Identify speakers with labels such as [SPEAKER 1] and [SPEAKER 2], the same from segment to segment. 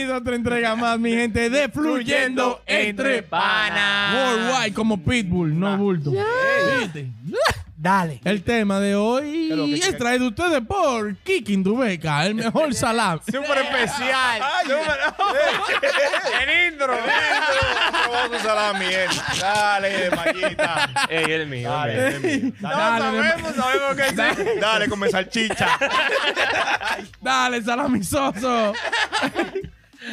[SPEAKER 1] Y otra entrega más, mi gente, de Fluyendo Entre Panas. Worldwide como Pitbull, no bulto. ¿Viste?
[SPEAKER 2] Dale.
[SPEAKER 1] El tema de hoy
[SPEAKER 3] lo que
[SPEAKER 1] es
[SPEAKER 3] quiere?
[SPEAKER 1] traído ustedes por Kikin Dubeca, el mejor salami.
[SPEAKER 2] Súper especial. El intro.
[SPEAKER 3] Vamos a usar la miel. Dale, Mayita.
[SPEAKER 4] Ey, el mío.
[SPEAKER 3] Dale,
[SPEAKER 4] el mío.
[SPEAKER 3] el mío.
[SPEAKER 1] Dale,
[SPEAKER 2] sabemos, sabemos que sí.
[SPEAKER 3] dale, dale, come salchicha.
[SPEAKER 1] Dale, salamizoso.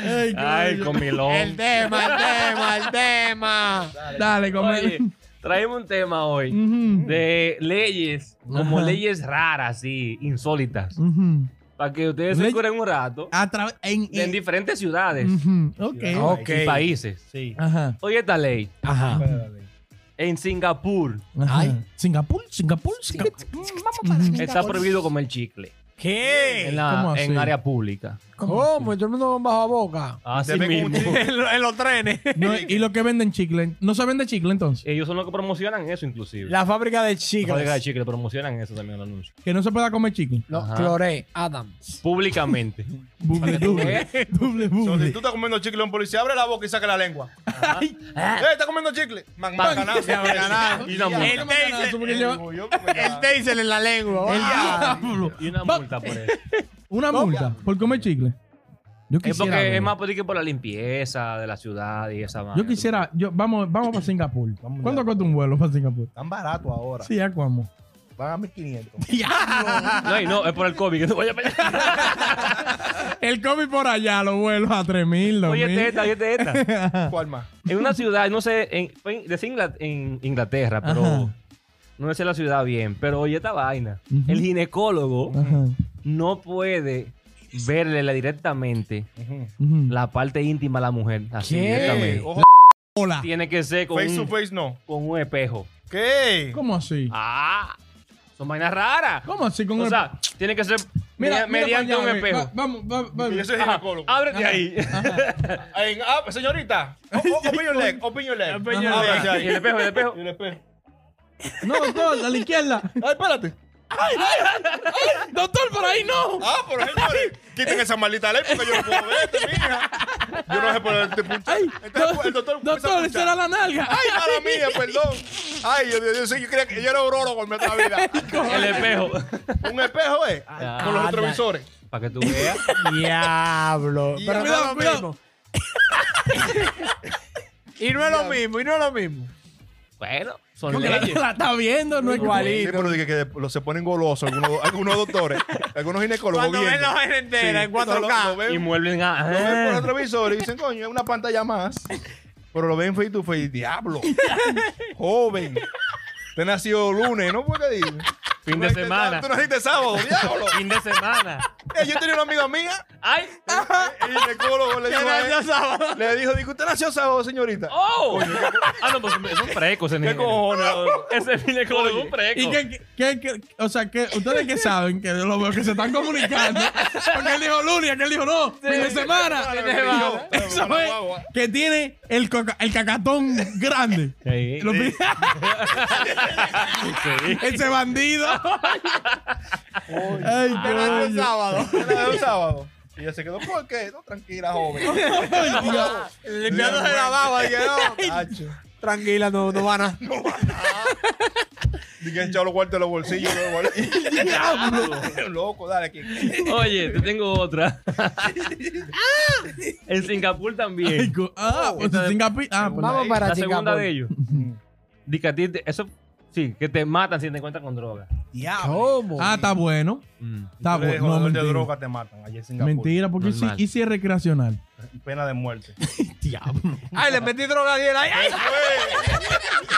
[SPEAKER 1] Ay,
[SPEAKER 4] Ay,
[SPEAKER 1] coño.
[SPEAKER 4] con milón.
[SPEAKER 2] El tema, el tema, el tema.
[SPEAKER 1] Dale, come.
[SPEAKER 4] Oye, traemos un tema hoy
[SPEAKER 1] Ujú.
[SPEAKER 4] de leyes, como
[SPEAKER 1] Mm. Ajá.
[SPEAKER 4] leyes raras y insólitas.
[SPEAKER 1] Ujú.
[SPEAKER 4] Para que ustedes se
[SPEAKER 1] Ley-
[SPEAKER 4] curen un rato
[SPEAKER 1] A través. En,
[SPEAKER 4] en
[SPEAKER 1] en-
[SPEAKER 4] diferentes ciudades
[SPEAKER 1] Ujú. Ok.
[SPEAKER 2] Ok.
[SPEAKER 4] y países.
[SPEAKER 2] Sí.
[SPEAKER 1] Ajá.
[SPEAKER 4] Oye, esta ley.
[SPEAKER 2] Ajá.
[SPEAKER 4] En Singapur
[SPEAKER 1] ajá.
[SPEAKER 2] Ay.
[SPEAKER 1] Singapur, Singapur, Singapur.
[SPEAKER 2] Mm,
[SPEAKER 4] está prohibido comer chicle.
[SPEAKER 2] ¿Qué?
[SPEAKER 4] En, la-
[SPEAKER 1] ¿cómo así?
[SPEAKER 4] en área pública.
[SPEAKER 2] ¿Cómo? Y Todo el mundo con bajo a boca.
[SPEAKER 4] Así
[SPEAKER 3] Te tengo un
[SPEAKER 4] mismo.
[SPEAKER 3] tip.
[SPEAKER 2] En, lo- en los trenes.
[SPEAKER 1] No, y los que venden chicle. ¿No se vende chicle entonces?
[SPEAKER 4] Ellos son los que promocionan eso, inclusive.
[SPEAKER 2] La fábrica de
[SPEAKER 4] La fábrica de
[SPEAKER 2] chicas.
[SPEAKER 4] chicle promocionan eso también en el anuncio.
[SPEAKER 1] Que no se pueda comer chicle.
[SPEAKER 2] No, Ah,
[SPEAKER 4] Ajá.
[SPEAKER 2] Cloré, Adams.
[SPEAKER 4] Públicamente.
[SPEAKER 1] Buble, buble. Buble,
[SPEAKER 3] So, si
[SPEAKER 1] buble.
[SPEAKER 3] tú estás comiendo chicle, un policía abre la boca y saca la lengua.
[SPEAKER 1] Ah,
[SPEAKER 3] Eh, está comiendo chicle. Man,
[SPEAKER 4] Pan.
[SPEAKER 3] macanazo, macanazo.
[SPEAKER 4] Y una multa.
[SPEAKER 2] El taser.
[SPEAKER 1] Porque yo-
[SPEAKER 3] Orgullo, porque ya-
[SPEAKER 2] El taser en la lengua. Ah.
[SPEAKER 1] Diablo.
[SPEAKER 4] Y una multa por eso.
[SPEAKER 1] Una multa por comer chicle. Yo
[SPEAKER 4] Es
[SPEAKER 1] quisiera.
[SPEAKER 4] porque
[SPEAKER 1] ver.
[SPEAKER 4] es más por, por la limpieza de la ciudad y esa vaina.
[SPEAKER 1] yo quisiera. Yo, vamos, vamos para Singapur. ¿Cuánto cuesta un vuelo para Singapur?
[SPEAKER 3] Tan barato ahora.
[SPEAKER 1] Sí, ya vamos.
[SPEAKER 3] Van a 1500.
[SPEAKER 4] No, y no, es por el COVID. que no vaya para allá.
[SPEAKER 1] El COVID por allá, los vuelos a 3000,
[SPEAKER 4] Oye,
[SPEAKER 1] 2000.
[SPEAKER 4] teta, oye, teta.
[SPEAKER 1] Ah.
[SPEAKER 3] ¿Cuál más?
[SPEAKER 4] En una ciudad, no sé, en, fue en- decía Ingla- en Inglaterra, pero
[SPEAKER 1] Ajá.
[SPEAKER 4] no sé la ciudad bien. Pero oye, esta vaina.
[SPEAKER 1] Ujú.
[SPEAKER 4] El ginecólogo
[SPEAKER 1] Ajá.
[SPEAKER 4] no puede verle la- directamente
[SPEAKER 1] Ujú.
[SPEAKER 4] la parte íntima a la mujer. Así
[SPEAKER 2] ¿Qué?
[SPEAKER 4] directamente.
[SPEAKER 3] Ojo,
[SPEAKER 1] Hola.
[SPEAKER 4] Tiene que ser con,
[SPEAKER 3] face to
[SPEAKER 4] un,
[SPEAKER 3] face no.
[SPEAKER 4] con un espejo.
[SPEAKER 3] ¿Qué?
[SPEAKER 1] ¿Cómo así?
[SPEAKER 4] ¡Ah! Son vainas raras.
[SPEAKER 1] ¿Cómo así con
[SPEAKER 4] O
[SPEAKER 1] el-
[SPEAKER 4] sea, tiene que ser media-
[SPEAKER 1] Mira, mira
[SPEAKER 4] mediante
[SPEAKER 1] para allá,
[SPEAKER 4] un
[SPEAKER 1] ve.
[SPEAKER 4] espejo.
[SPEAKER 1] Va- vamos, va- va-
[SPEAKER 3] Yo soy
[SPEAKER 4] Ajá,
[SPEAKER 3] ginecólogo.
[SPEAKER 4] Ábrete ahí.
[SPEAKER 3] En- ah, señorita, o- o- open your leg, open your leg.
[SPEAKER 1] your
[SPEAKER 3] Ajá.
[SPEAKER 1] leg.
[SPEAKER 3] Ábrase ahí.
[SPEAKER 4] Y el espejo, el espejo.
[SPEAKER 3] Y el espejo.
[SPEAKER 1] No, doctor, a la izquierda.
[SPEAKER 3] Ay, espérate.
[SPEAKER 1] Doctor, por ahí no.
[SPEAKER 3] Ah, pero señores, quiten esa maldita ley porque yo no puedo verte, mija. Yo no sé por este punto.
[SPEAKER 1] Ay,
[SPEAKER 3] Entonces,
[SPEAKER 1] doc-
[SPEAKER 3] el doctor comienza a
[SPEAKER 1] doctor, esa
[SPEAKER 3] punchar.
[SPEAKER 1] era la nalga.
[SPEAKER 3] Ay, mala mía, perdón. Ay, yo, yo, yo, sé, yo creía que yo era orólogo en mi otra vida.
[SPEAKER 4] El espejo.
[SPEAKER 3] Un espejo, ¿eh?
[SPEAKER 1] Ah,
[SPEAKER 3] Ay, Con los
[SPEAKER 2] Anda.
[SPEAKER 3] retrovisores.
[SPEAKER 4] Para que tú veas.
[SPEAKER 2] Diablo. Pero no es
[SPEAKER 1] Cuidado,
[SPEAKER 2] lo
[SPEAKER 1] cuidado.
[SPEAKER 2] mismo. Y no es lo mismo, y no es lo mismo.
[SPEAKER 4] Bueno, son
[SPEAKER 1] Porque la,
[SPEAKER 4] leyes.
[SPEAKER 1] la está viendo, no es
[SPEAKER 2] Igualito.
[SPEAKER 3] Sí, pero dije que de- lo- se ponen golosos algunos, algunos doctores, algunos ginecólogos
[SPEAKER 2] Cuando ven
[SPEAKER 3] viendo.
[SPEAKER 2] la vaina entera en
[SPEAKER 3] Cuando lo-
[SPEAKER 2] 4K.
[SPEAKER 3] lo ven-
[SPEAKER 4] Y mueven
[SPEAKER 3] Lo ven por el
[SPEAKER 4] a. Ah.
[SPEAKER 3] retrovisor y dicen, coño, es una pantalla más. Pero lo ven face to face, diablo. Joven. Te nació lunes, ¿no? ¿Por qué dices?
[SPEAKER 4] Fin
[SPEAKER 3] Tú
[SPEAKER 4] de
[SPEAKER 3] naciste
[SPEAKER 4] semana.
[SPEAKER 3] sábado, Tú naciste sábado, diablo.
[SPEAKER 4] Fin de semana.
[SPEAKER 3] Eh, yo tenía una amiga mía, Eh,
[SPEAKER 4] ¡Ay!
[SPEAKER 3] el ginecólogo le dijo, a él- le dijo, dijo, ¿usted nació sábado, señorita?
[SPEAKER 4] ¡Oh! Ah, no, pues son frescos.
[SPEAKER 3] ¿Qué cojones?
[SPEAKER 4] Ese ginecólogo es un fresco.
[SPEAKER 1] ¿Y que, que, que- o sea, que ustedes que saben, que yo lo veo que se están comunicando. Porque él dijo lunes, aquel dijo no, fin de semana.
[SPEAKER 3] Claro,
[SPEAKER 4] tiene
[SPEAKER 3] yo-
[SPEAKER 4] baba.
[SPEAKER 3] claro,
[SPEAKER 1] Eso
[SPEAKER 3] la
[SPEAKER 1] es
[SPEAKER 3] guagua.
[SPEAKER 1] que tiene el, coca- el cacatón grande.
[SPEAKER 4] Sí,
[SPEAKER 1] Lo pi-
[SPEAKER 4] sí.
[SPEAKER 1] Ese bandido. Ay,
[SPEAKER 2] Pero
[SPEAKER 1] coño.
[SPEAKER 2] sábado.
[SPEAKER 3] Yo nací un sábado. Y ella se quedó, ¿por qué? No, tranquila, joven.
[SPEAKER 1] Ay, Dios.
[SPEAKER 2] Limpiándose la baba, dije, no.
[SPEAKER 3] Tacho.
[SPEAKER 2] Tranquila, no, no van a.
[SPEAKER 3] Dije, echado los guantes en los bolsillos. los guantes. Loco, dale aquí.
[SPEAKER 4] Oye, te tengo otra. En Singapur
[SPEAKER 1] Ay,
[SPEAKER 4] también.
[SPEAKER 1] co- Ah, pues en Singapur. Ah, pues
[SPEAKER 2] Vamos para
[SPEAKER 4] La segunda
[SPEAKER 2] Singapur.
[SPEAKER 4] de ellos. Di que a ti te- Eso. Sí, que te matan si te encuentran con droga.
[SPEAKER 2] ¿Cómo?
[SPEAKER 1] Ah, está bueno.
[SPEAKER 4] Mm.
[SPEAKER 1] Está
[SPEAKER 3] Tú le
[SPEAKER 1] bueno.
[SPEAKER 3] dejas
[SPEAKER 1] No,
[SPEAKER 3] de
[SPEAKER 1] mentira.
[SPEAKER 3] droga te matan allá en Singapur.
[SPEAKER 1] Mentira, porque sí,
[SPEAKER 4] Normal.
[SPEAKER 1] y si es recreacional.
[SPEAKER 3] Pena de muerte.
[SPEAKER 1] Diablo.
[SPEAKER 2] Ay, le metí droga a Diel. Ay, ay,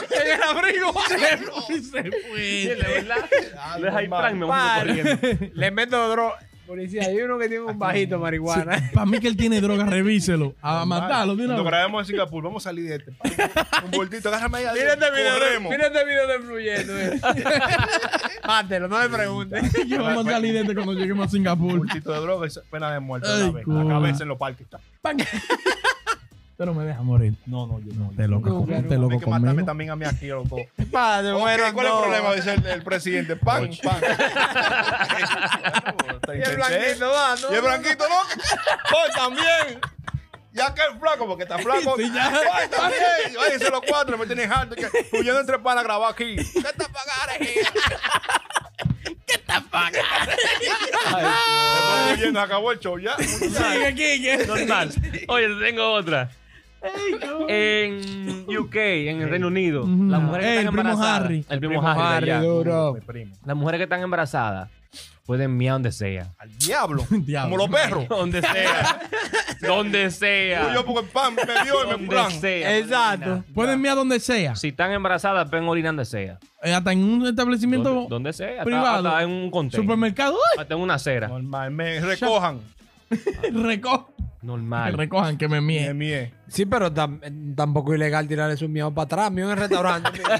[SPEAKER 2] en el abrigo.
[SPEAKER 1] Se fue.
[SPEAKER 4] Sí, la verdad.
[SPEAKER 3] Ay,
[SPEAKER 4] Deja ahí,
[SPEAKER 3] normal.
[SPEAKER 4] Frank, me voy
[SPEAKER 2] Vale.
[SPEAKER 4] corriendo.
[SPEAKER 2] Le meto droga.
[SPEAKER 5] Policía, hay uno que tiene un bajito marihuana.
[SPEAKER 1] Para mí que él tiene droga, revíselo. A matarlo de una
[SPEAKER 3] Cuando
[SPEAKER 1] vez.
[SPEAKER 3] grabemos en Singapur, vamos a salir de este. Un voltito, agárrame ahí.
[SPEAKER 5] Mira este video, de-
[SPEAKER 3] corremos.
[SPEAKER 5] mira este video de fluyendo. eh. Mátelo, no le preguntes.
[SPEAKER 1] Yo vamos a salir de este cuando lleguemos a
[SPEAKER 3] Un
[SPEAKER 1] Singapur.
[SPEAKER 3] voltito de droga y pena de muerte.
[SPEAKER 1] Ay,
[SPEAKER 3] una vez.
[SPEAKER 1] coño.
[SPEAKER 3] La cabeza en los parques.
[SPEAKER 1] Pan. Tú no me dejas morir.
[SPEAKER 3] No, no, yo no.
[SPEAKER 1] Te loco,
[SPEAKER 5] No, claro.
[SPEAKER 1] te
[SPEAKER 3] Hay
[SPEAKER 1] loco
[SPEAKER 3] que matarme
[SPEAKER 1] conmigo.
[SPEAKER 3] también a mí aquí, loco.
[SPEAKER 5] Pa, te muero
[SPEAKER 3] Ok, ¿Cuál es el
[SPEAKER 5] todo.
[SPEAKER 3] problema? Dice el, el presidente. Pan, pan. Bueno, te
[SPEAKER 5] Y el
[SPEAKER 3] intenté.
[SPEAKER 5] blanquito, va. no,
[SPEAKER 3] Y el
[SPEAKER 5] no,
[SPEAKER 3] blanquito, no. Pan también. Ya que el flaco, porque está flaco.
[SPEAKER 1] Sí, ya.
[SPEAKER 3] Pan también. Váyanse los cuatro, me tienen harto. que Huyendo entre pan a grabar aquí. ¿Qué te pagar aquí? ¿Qué te pagar? Huyendo, acabó el show ya.
[SPEAKER 1] Sigue, Kike.
[SPEAKER 4] Normal. Oye, te tengo otra. En UK, en el Reino Unido,
[SPEAKER 1] Ujú.
[SPEAKER 4] las mujeres que
[SPEAKER 1] Ey,
[SPEAKER 4] están
[SPEAKER 1] Ah, el primo
[SPEAKER 4] embarazadas-
[SPEAKER 1] Harry.
[SPEAKER 4] El primo, Harry. de allá.
[SPEAKER 5] duro.
[SPEAKER 3] Mi primo.
[SPEAKER 4] Las mujeres que están embarazadas pueden miar donde sea.
[SPEAKER 3] Al diablo.
[SPEAKER 1] Diablo.
[SPEAKER 3] Como los perros.
[SPEAKER 4] Donde sea. donde sea.
[SPEAKER 3] Yo porque el pan me dio y me
[SPEAKER 4] Donde
[SPEAKER 3] plan.
[SPEAKER 4] sea.
[SPEAKER 5] Exacto.
[SPEAKER 1] Pueden ir a donde sea.
[SPEAKER 4] Si están embarazadas, pueden orinar donde sea.
[SPEAKER 1] Eh, hasta en un establecimiento
[SPEAKER 4] Donde, donde sea. Hasta,
[SPEAKER 1] privado.
[SPEAKER 4] hasta en un contenedor.
[SPEAKER 1] supermercado.
[SPEAKER 4] Hasta en una acera.
[SPEAKER 3] Normal, me recojan.
[SPEAKER 1] ¡Ay! Reco- que
[SPEAKER 4] Normal.
[SPEAKER 1] recojan que me
[SPEAKER 3] Me
[SPEAKER 1] mien.
[SPEAKER 3] mie.
[SPEAKER 5] Sí, pero tam- tampoco es ilegal tirarle su miau para atrás. Miau en el restaurante. mira.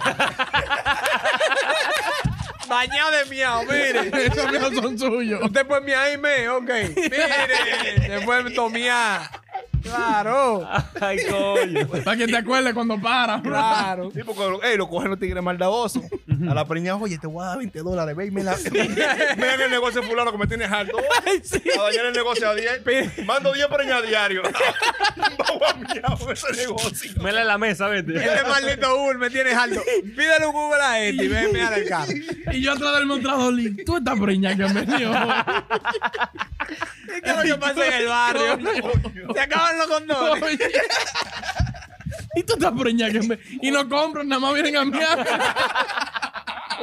[SPEAKER 5] Bañado de miau, mire.
[SPEAKER 1] Esos míos son suyos.
[SPEAKER 5] Usted puede miar y me, ok. Mire, se puede tomear. Claro,
[SPEAKER 4] Ay, coño.
[SPEAKER 1] Para que te acuerdes cuando para.
[SPEAKER 5] claro.
[SPEAKER 3] Sí, porque ey, lo cogen los tigres maldadosos. A la preña, oye, te voy a dar 20 dólares, ve y me la. Mira que el negocio de fulano que me tienes harto. A dañar el negocio a 10. Mando 10 preñas diario. Vamos a mirar por ese negocio.
[SPEAKER 4] Mela en la mesa, vete.
[SPEAKER 5] Este maldito Uber me tiene alto. Pídale un Uber a este y ven mirar el carro.
[SPEAKER 1] Y yo atrás del mostrador. li- Tú estás preña que me dio.
[SPEAKER 5] ¿Qué es lo que pasa en el barrio? Se acaban los condones.
[SPEAKER 1] Oye. Y tú estás preña que me... Y no compran, nada más vienen a miar.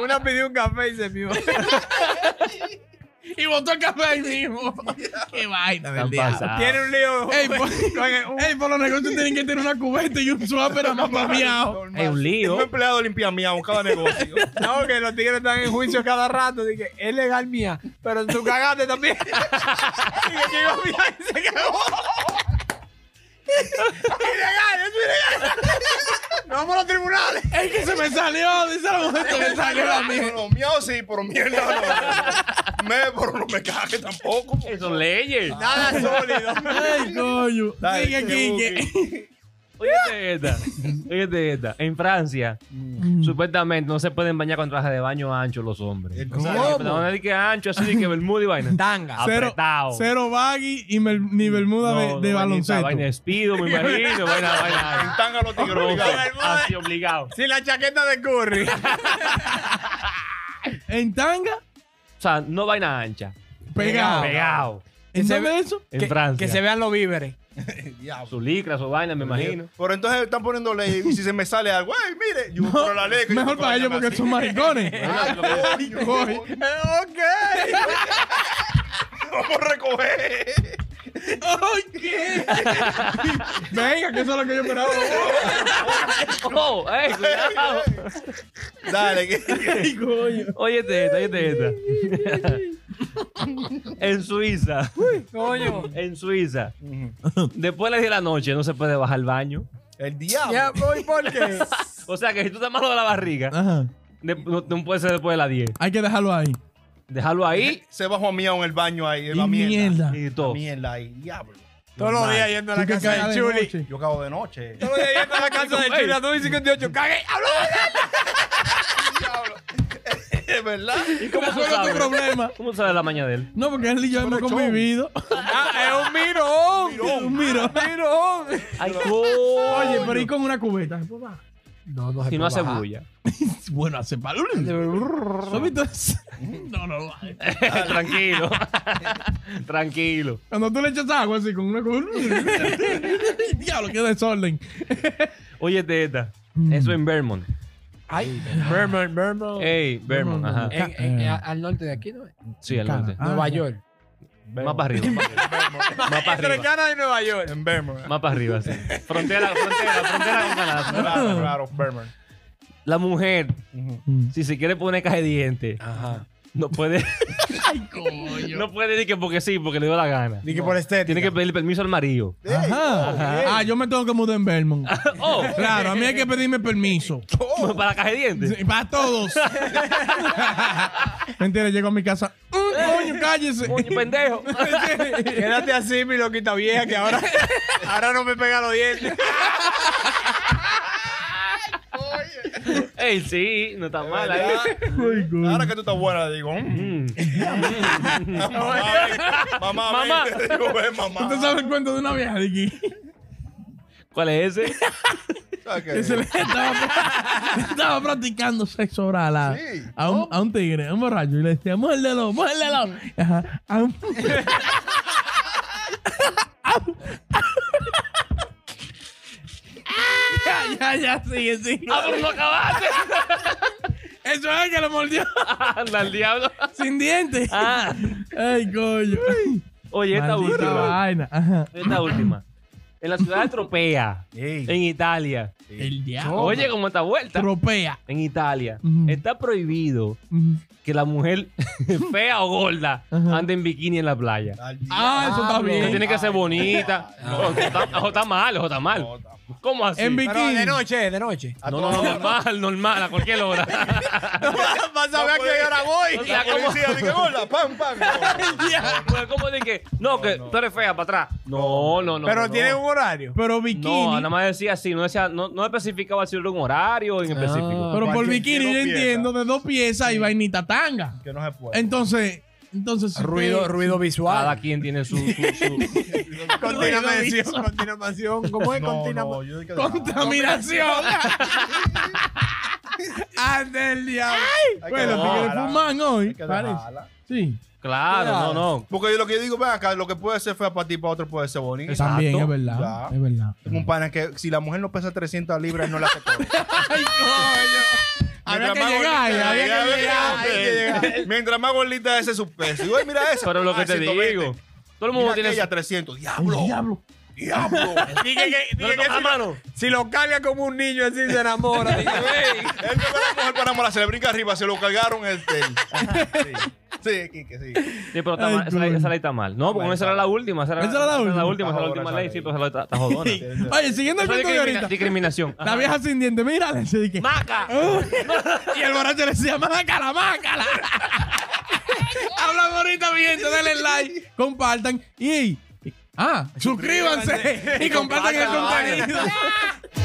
[SPEAKER 5] Una pidió un café y se mió.
[SPEAKER 1] Y botó el café ahí mismo. Qué vaina del
[SPEAKER 4] Están
[SPEAKER 1] diablo.
[SPEAKER 4] pasados.
[SPEAKER 5] Tiene un lío.
[SPEAKER 1] Ey, pues. por,
[SPEAKER 5] con el- un-
[SPEAKER 1] ey, por los negocios tienen que tener una cubeta y un swapper más para miau.
[SPEAKER 4] Es un lío.
[SPEAKER 3] Un empleado limpia miau cada negocio.
[SPEAKER 5] No, que los tigres están en juicio cada rato. Dije, es legal mía, pero en tu cagaste también. Dije, que iba a mirar y se cagó. ilegal, es ilegal. Nos vamos a los tribunales.
[SPEAKER 1] Es que se me salió, dice la mujer, se me salió la mía.
[SPEAKER 3] Bueno, miau sí, pero mierda no. Me, pero no me cague tampoco.
[SPEAKER 4] Eso leyes.
[SPEAKER 5] Nada sólido.
[SPEAKER 1] Ay, coño.
[SPEAKER 3] Dale,
[SPEAKER 1] Sigue,
[SPEAKER 3] Kike.
[SPEAKER 1] Kike.
[SPEAKER 4] Oye esta. Oye esta. En Francia,
[SPEAKER 1] Mm.
[SPEAKER 4] supuestamente no se pueden bañar con traje de baño ancho los hombres.
[SPEAKER 3] ¿Cómo?
[SPEAKER 4] No, no es que ancho, así de que bermuda y vaina.
[SPEAKER 5] Tanga.
[SPEAKER 1] Cero,
[SPEAKER 4] Apretado.
[SPEAKER 1] cero baggy y mel- ni bermuda
[SPEAKER 4] No,
[SPEAKER 1] de, de
[SPEAKER 4] no, vainita,
[SPEAKER 1] baloncesto.
[SPEAKER 4] Vaina de espido, me imagino. Vaina, vaina.
[SPEAKER 3] Tanga los tigres
[SPEAKER 4] No,
[SPEAKER 3] obligados.
[SPEAKER 4] Así obligado.
[SPEAKER 5] Sin la chaqueta de Curry.
[SPEAKER 1] En tanga,
[SPEAKER 4] O sea, no vaina ancha.
[SPEAKER 1] pegado.
[SPEAKER 4] Pegado.
[SPEAKER 1] ¿En
[SPEAKER 5] Se
[SPEAKER 1] dónde
[SPEAKER 5] ve-
[SPEAKER 1] eso?
[SPEAKER 4] En
[SPEAKER 5] que,
[SPEAKER 4] Francia.
[SPEAKER 5] que se vean los víveres.
[SPEAKER 3] Diablo.
[SPEAKER 4] Su licra, su vaina, me imagino.
[SPEAKER 3] Pero entonces están poniendo ley y si se me sale algo, ay, mire, yo por la ley. que yo
[SPEAKER 1] Mejor
[SPEAKER 3] no
[SPEAKER 1] para
[SPEAKER 3] puedo
[SPEAKER 1] ellos
[SPEAKER 3] llamar
[SPEAKER 1] porque son maricones.
[SPEAKER 3] así. Ay, coño. Eh,
[SPEAKER 1] Coño.
[SPEAKER 5] ok.
[SPEAKER 3] Vamos a recoger.
[SPEAKER 1] Ay, ¿qué? Venga, que eso es lo que yo esperaba.
[SPEAKER 4] ¡Oh! ¡Ey, cuidado!
[SPEAKER 3] Dale, que.
[SPEAKER 1] Ay, coño.
[SPEAKER 4] Óyete esta, óyete esta. en Suiza,
[SPEAKER 5] Coño.
[SPEAKER 4] en Suiza, después de las 10 de la noche no se puede bajar al baño.
[SPEAKER 3] El diablo.
[SPEAKER 5] Ya voy porque.
[SPEAKER 4] O sea que si tú estás malo de la barriga,
[SPEAKER 1] Ajá.
[SPEAKER 4] de- no, no puede ser después de las 10.
[SPEAKER 1] Hay que dejarlo ahí.
[SPEAKER 4] Dejarlo ahí
[SPEAKER 3] Se bajó a miau en el baño ahí.
[SPEAKER 1] Y
[SPEAKER 3] La mierda.
[SPEAKER 1] mierda.
[SPEAKER 4] y
[SPEAKER 3] La
[SPEAKER 4] todo.
[SPEAKER 3] mierda ahí, diablo.
[SPEAKER 5] Todos los días yendo a la
[SPEAKER 1] Tú que
[SPEAKER 5] casa
[SPEAKER 1] cagas
[SPEAKER 5] de
[SPEAKER 1] de
[SPEAKER 5] Chuli.
[SPEAKER 1] noche.
[SPEAKER 3] Yo acabo de noche.
[SPEAKER 5] Todos los días yendo a la casa de Chuli a 2 y 58. ¡Cague! ¡Hablo!
[SPEAKER 3] Es verdad.
[SPEAKER 4] ¿Y cómo tú
[SPEAKER 1] Resuelve tu
[SPEAKER 4] sabes?
[SPEAKER 1] problema.
[SPEAKER 4] ¿Cómo tú sabes la maña de él?
[SPEAKER 1] No, porque él y yo hemos
[SPEAKER 3] Pero show.
[SPEAKER 1] convivido.
[SPEAKER 5] Ah, es un mirón.
[SPEAKER 1] Un miro.
[SPEAKER 5] mirón.
[SPEAKER 4] ¡Ay,
[SPEAKER 1] Oye,
[SPEAKER 4] Oye,
[SPEAKER 1] pero y con una cubeta. Pues va.
[SPEAKER 5] No, no se
[SPEAKER 4] Si no hace bulla.
[SPEAKER 1] Bueno, hace palo. ¿Has visto eso? No, no, no.
[SPEAKER 4] Tranquilo. Tranquilo.
[SPEAKER 1] Cuando tú le echas agua así con una cubeta. Diablo, qué desorden.
[SPEAKER 4] Óyete esta. Eso en Vermont.
[SPEAKER 5] Ay, Berman, Berman.
[SPEAKER 4] Ey, Vermont,
[SPEAKER 1] Vermont,
[SPEAKER 4] ajá.
[SPEAKER 1] eh.
[SPEAKER 5] En- en- a- al norte de aquí, ¿no?
[SPEAKER 4] Sí, al norte.
[SPEAKER 1] Ah,
[SPEAKER 5] Nueva
[SPEAKER 1] ya.
[SPEAKER 5] York.
[SPEAKER 4] Más para arriba. Más para
[SPEAKER 5] Entre
[SPEAKER 4] arriba.
[SPEAKER 5] Canadá y Nueva York.
[SPEAKER 3] En Berman.
[SPEAKER 4] Más para arriba, sí. Frontera, frontera, frontera con Canadá.
[SPEAKER 3] Claro, claro, Berman.
[SPEAKER 4] La mujer,
[SPEAKER 1] Mm.
[SPEAKER 4] si se quiere poner caja de dientes,
[SPEAKER 5] Ajá.
[SPEAKER 4] no puede.
[SPEAKER 1] Ay,
[SPEAKER 4] No puede decir que porque sí, porque le dio la gana.
[SPEAKER 5] Ni que por estética.
[SPEAKER 4] Tiene que pedirle permiso al marido.
[SPEAKER 1] Ajá. Ah, yo me tengo que mudar en Belmont.
[SPEAKER 4] Oh,
[SPEAKER 1] Claro, a mí hay que pedirme permiso.
[SPEAKER 5] Oh.
[SPEAKER 4] para la caja de dientes.
[SPEAKER 1] Sí, Para todos. Mentira, llego a mi casa. "Mm, Coño, cállese.
[SPEAKER 4] Coño, pendejo.
[SPEAKER 5] Quédate así, mi loquita vieja, que ahora, ahora no me pega los dientes.
[SPEAKER 4] Ey, sí, no está mal ahí.
[SPEAKER 5] ¿eh?
[SPEAKER 3] Ahora que tú estás buena, digo. mm.
[SPEAKER 4] Mm.
[SPEAKER 5] Mm.
[SPEAKER 3] Mamá, ven. mamá,
[SPEAKER 4] Mamá.
[SPEAKER 3] mamá. Digo, ven, mamá.
[SPEAKER 1] ¿Usted sabe el cuento de una vieja de aquí?
[SPEAKER 4] ¿Cuál es ese?
[SPEAKER 3] ¿Sabes qué?
[SPEAKER 1] Que se le estaba, estaba practicando sexo oral a,
[SPEAKER 3] Sí.
[SPEAKER 1] a un, a un tigre, a un borracho, y le decía, muérdelo, muérdelo. Ajá, a un- Au. ya, ya, ya, sigue, sigue.
[SPEAKER 4] ¡Ah, pero no acabaste!
[SPEAKER 1] Eso es que lo mordió
[SPEAKER 4] ¡Anda, el diablo!
[SPEAKER 1] sin dientes.
[SPEAKER 4] Ah,
[SPEAKER 1] Ay, coño.
[SPEAKER 4] oye, esta
[SPEAKER 1] Maldita
[SPEAKER 4] última.
[SPEAKER 1] vaina. Ajá.
[SPEAKER 4] Esta última. En la ciudad de Tropea, en Italia.
[SPEAKER 1] El diablo.
[SPEAKER 4] Oye, cómo está vuelta.
[SPEAKER 1] Tropea.
[SPEAKER 4] En Italia.
[SPEAKER 1] Ujú.
[SPEAKER 4] Está prohibido
[SPEAKER 1] Ujú.
[SPEAKER 4] que la mujer fea o gorda
[SPEAKER 1] Ajá.
[SPEAKER 4] ande en bikini en la playa.
[SPEAKER 1] Ah, eso está
[SPEAKER 4] Que
[SPEAKER 1] bien.
[SPEAKER 4] tiene que ser bonita.
[SPEAKER 3] Ah,
[SPEAKER 4] O está, o está mal, o está mal. ¿Cómo así?
[SPEAKER 1] En
[SPEAKER 5] Pero
[SPEAKER 1] bikini.
[SPEAKER 5] de noche, de noche.
[SPEAKER 4] No, no, no, normal, normal, a cualquier hora.
[SPEAKER 5] Vas a ver
[SPEAKER 3] No
[SPEAKER 5] a qué hora voy.
[SPEAKER 4] O
[SPEAKER 3] La
[SPEAKER 4] sea, ¿cómo,
[SPEAKER 3] policía dice, hola, pam, pam.
[SPEAKER 4] pues, ¿cómo de que? No, que tú eres fea, para atrás. No, no, no.
[SPEAKER 5] Pero
[SPEAKER 4] no,
[SPEAKER 5] tiene
[SPEAKER 4] no.
[SPEAKER 5] un horario.
[SPEAKER 1] Pero bikini.
[SPEAKER 4] No, nada más decía así, no, decía, no, no especificaba si era un horario en específico.
[SPEAKER 1] Pero por
[SPEAKER 3] Cualquier-
[SPEAKER 1] bikini
[SPEAKER 3] de
[SPEAKER 1] yo
[SPEAKER 3] dos piezas.
[SPEAKER 1] entiendo de dos piezas y vainita tanga.
[SPEAKER 3] Que no se puede.
[SPEAKER 1] Entonces, entonces si
[SPEAKER 5] Ruido,
[SPEAKER 1] usted-
[SPEAKER 5] ruido visual.
[SPEAKER 4] Cada quien tiene su... su, su-
[SPEAKER 5] Continuación, continuación. ¿Cómo es
[SPEAKER 3] No,
[SPEAKER 5] continuación?
[SPEAKER 3] no, yo dije que-
[SPEAKER 1] contaminación. Ande el diablo.
[SPEAKER 3] Hay que
[SPEAKER 1] Bueno, te quieres
[SPEAKER 3] dejarla,
[SPEAKER 1] fuman hoy,
[SPEAKER 3] hay que
[SPEAKER 1] parece.
[SPEAKER 3] dejarla.
[SPEAKER 1] Sí.
[SPEAKER 4] claro, Ah, no, no.
[SPEAKER 3] Porque yo lo que yo digo, ven acá, lo que puede ser fea para ti, para otro puede ser bonito.
[SPEAKER 4] Exacto.
[SPEAKER 1] También es verdad,
[SPEAKER 3] Ya.
[SPEAKER 1] es verdad.
[SPEAKER 3] Tengo un pana que si la mujer no pesa 300 libras, no la hace correr.
[SPEAKER 1] Había que
[SPEAKER 3] Mientras más
[SPEAKER 1] llegar,
[SPEAKER 3] gordita,
[SPEAKER 1] había que
[SPEAKER 3] había
[SPEAKER 1] llegar.
[SPEAKER 3] que llegar. Mientras más gordita ese es su peso. Y, "Oye, mira esa.
[SPEAKER 4] Pero lo
[SPEAKER 3] Ah,
[SPEAKER 4] que te
[SPEAKER 3] 120.
[SPEAKER 4] digo, todo el mundo
[SPEAKER 3] Mira
[SPEAKER 4] tiene...
[SPEAKER 3] aquella
[SPEAKER 4] su-
[SPEAKER 3] 300. Diablo.
[SPEAKER 1] Ay, diablo.
[SPEAKER 3] Diablo.
[SPEAKER 5] Dije que-
[SPEAKER 4] No
[SPEAKER 5] dije
[SPEAKER 4] le
[SPEAKER 5] que
[SPEAKER 4] toca la
[SPEAKER 5] si lo-
[SPEAKER 4] mano.
[SPEAKER 5] Si lo carga como un niño, así se enamora. Dije, "Ey".
[SPEAKER 3] Él no la mujer para mola, se le brinca arriba, se lo cargaron el tel. Ajá, Sí, sí, Kike, sí.
[SPEAKER 4] Sí, pero está
[SPEAKER 1] Ay,
[SPEAKER 4] mal, esa,
[SPEAKER 1] coño.
[SPEAKER 4] esa ley está mal. No, porque
[SPEAKER 3] Bueno,
[SPEAKER 4] esa era la última. Esa era
[SPEAKER 1] ¿Esa era la última?
[SPEAKER 4] esa era la
[SPEAKER 3] Está
[SPEAKER 4] última
[SPEAKER 3] jodona
[SPEAKER 4] ley,
[SPEAKER 3] esa
[SPEAKER 4] sí,
[SPEAKER 3] ley.
[SPEAKER 4] pero esa ley está, está jodona.
[SPEAKER 1] Oye, siguiendo el
[SPEAKER 4] Eso es
[SPEAKER 1] cuento de
[SPEAKER 4] discrimina-
[SPEAKER 1] ahorita.
[SPEAKER 4] discriminación.
[SPEAKER 1] La vieja sin diente, mira, le dice que.
[SPEAKER 4] ¡Maca!
[SPEAKER 1] y el borracho le decía, mácala, mácala. Hablan ahorita, mi gente, denle like, compartan y. Ah, suscríbanse y compartan el contenido.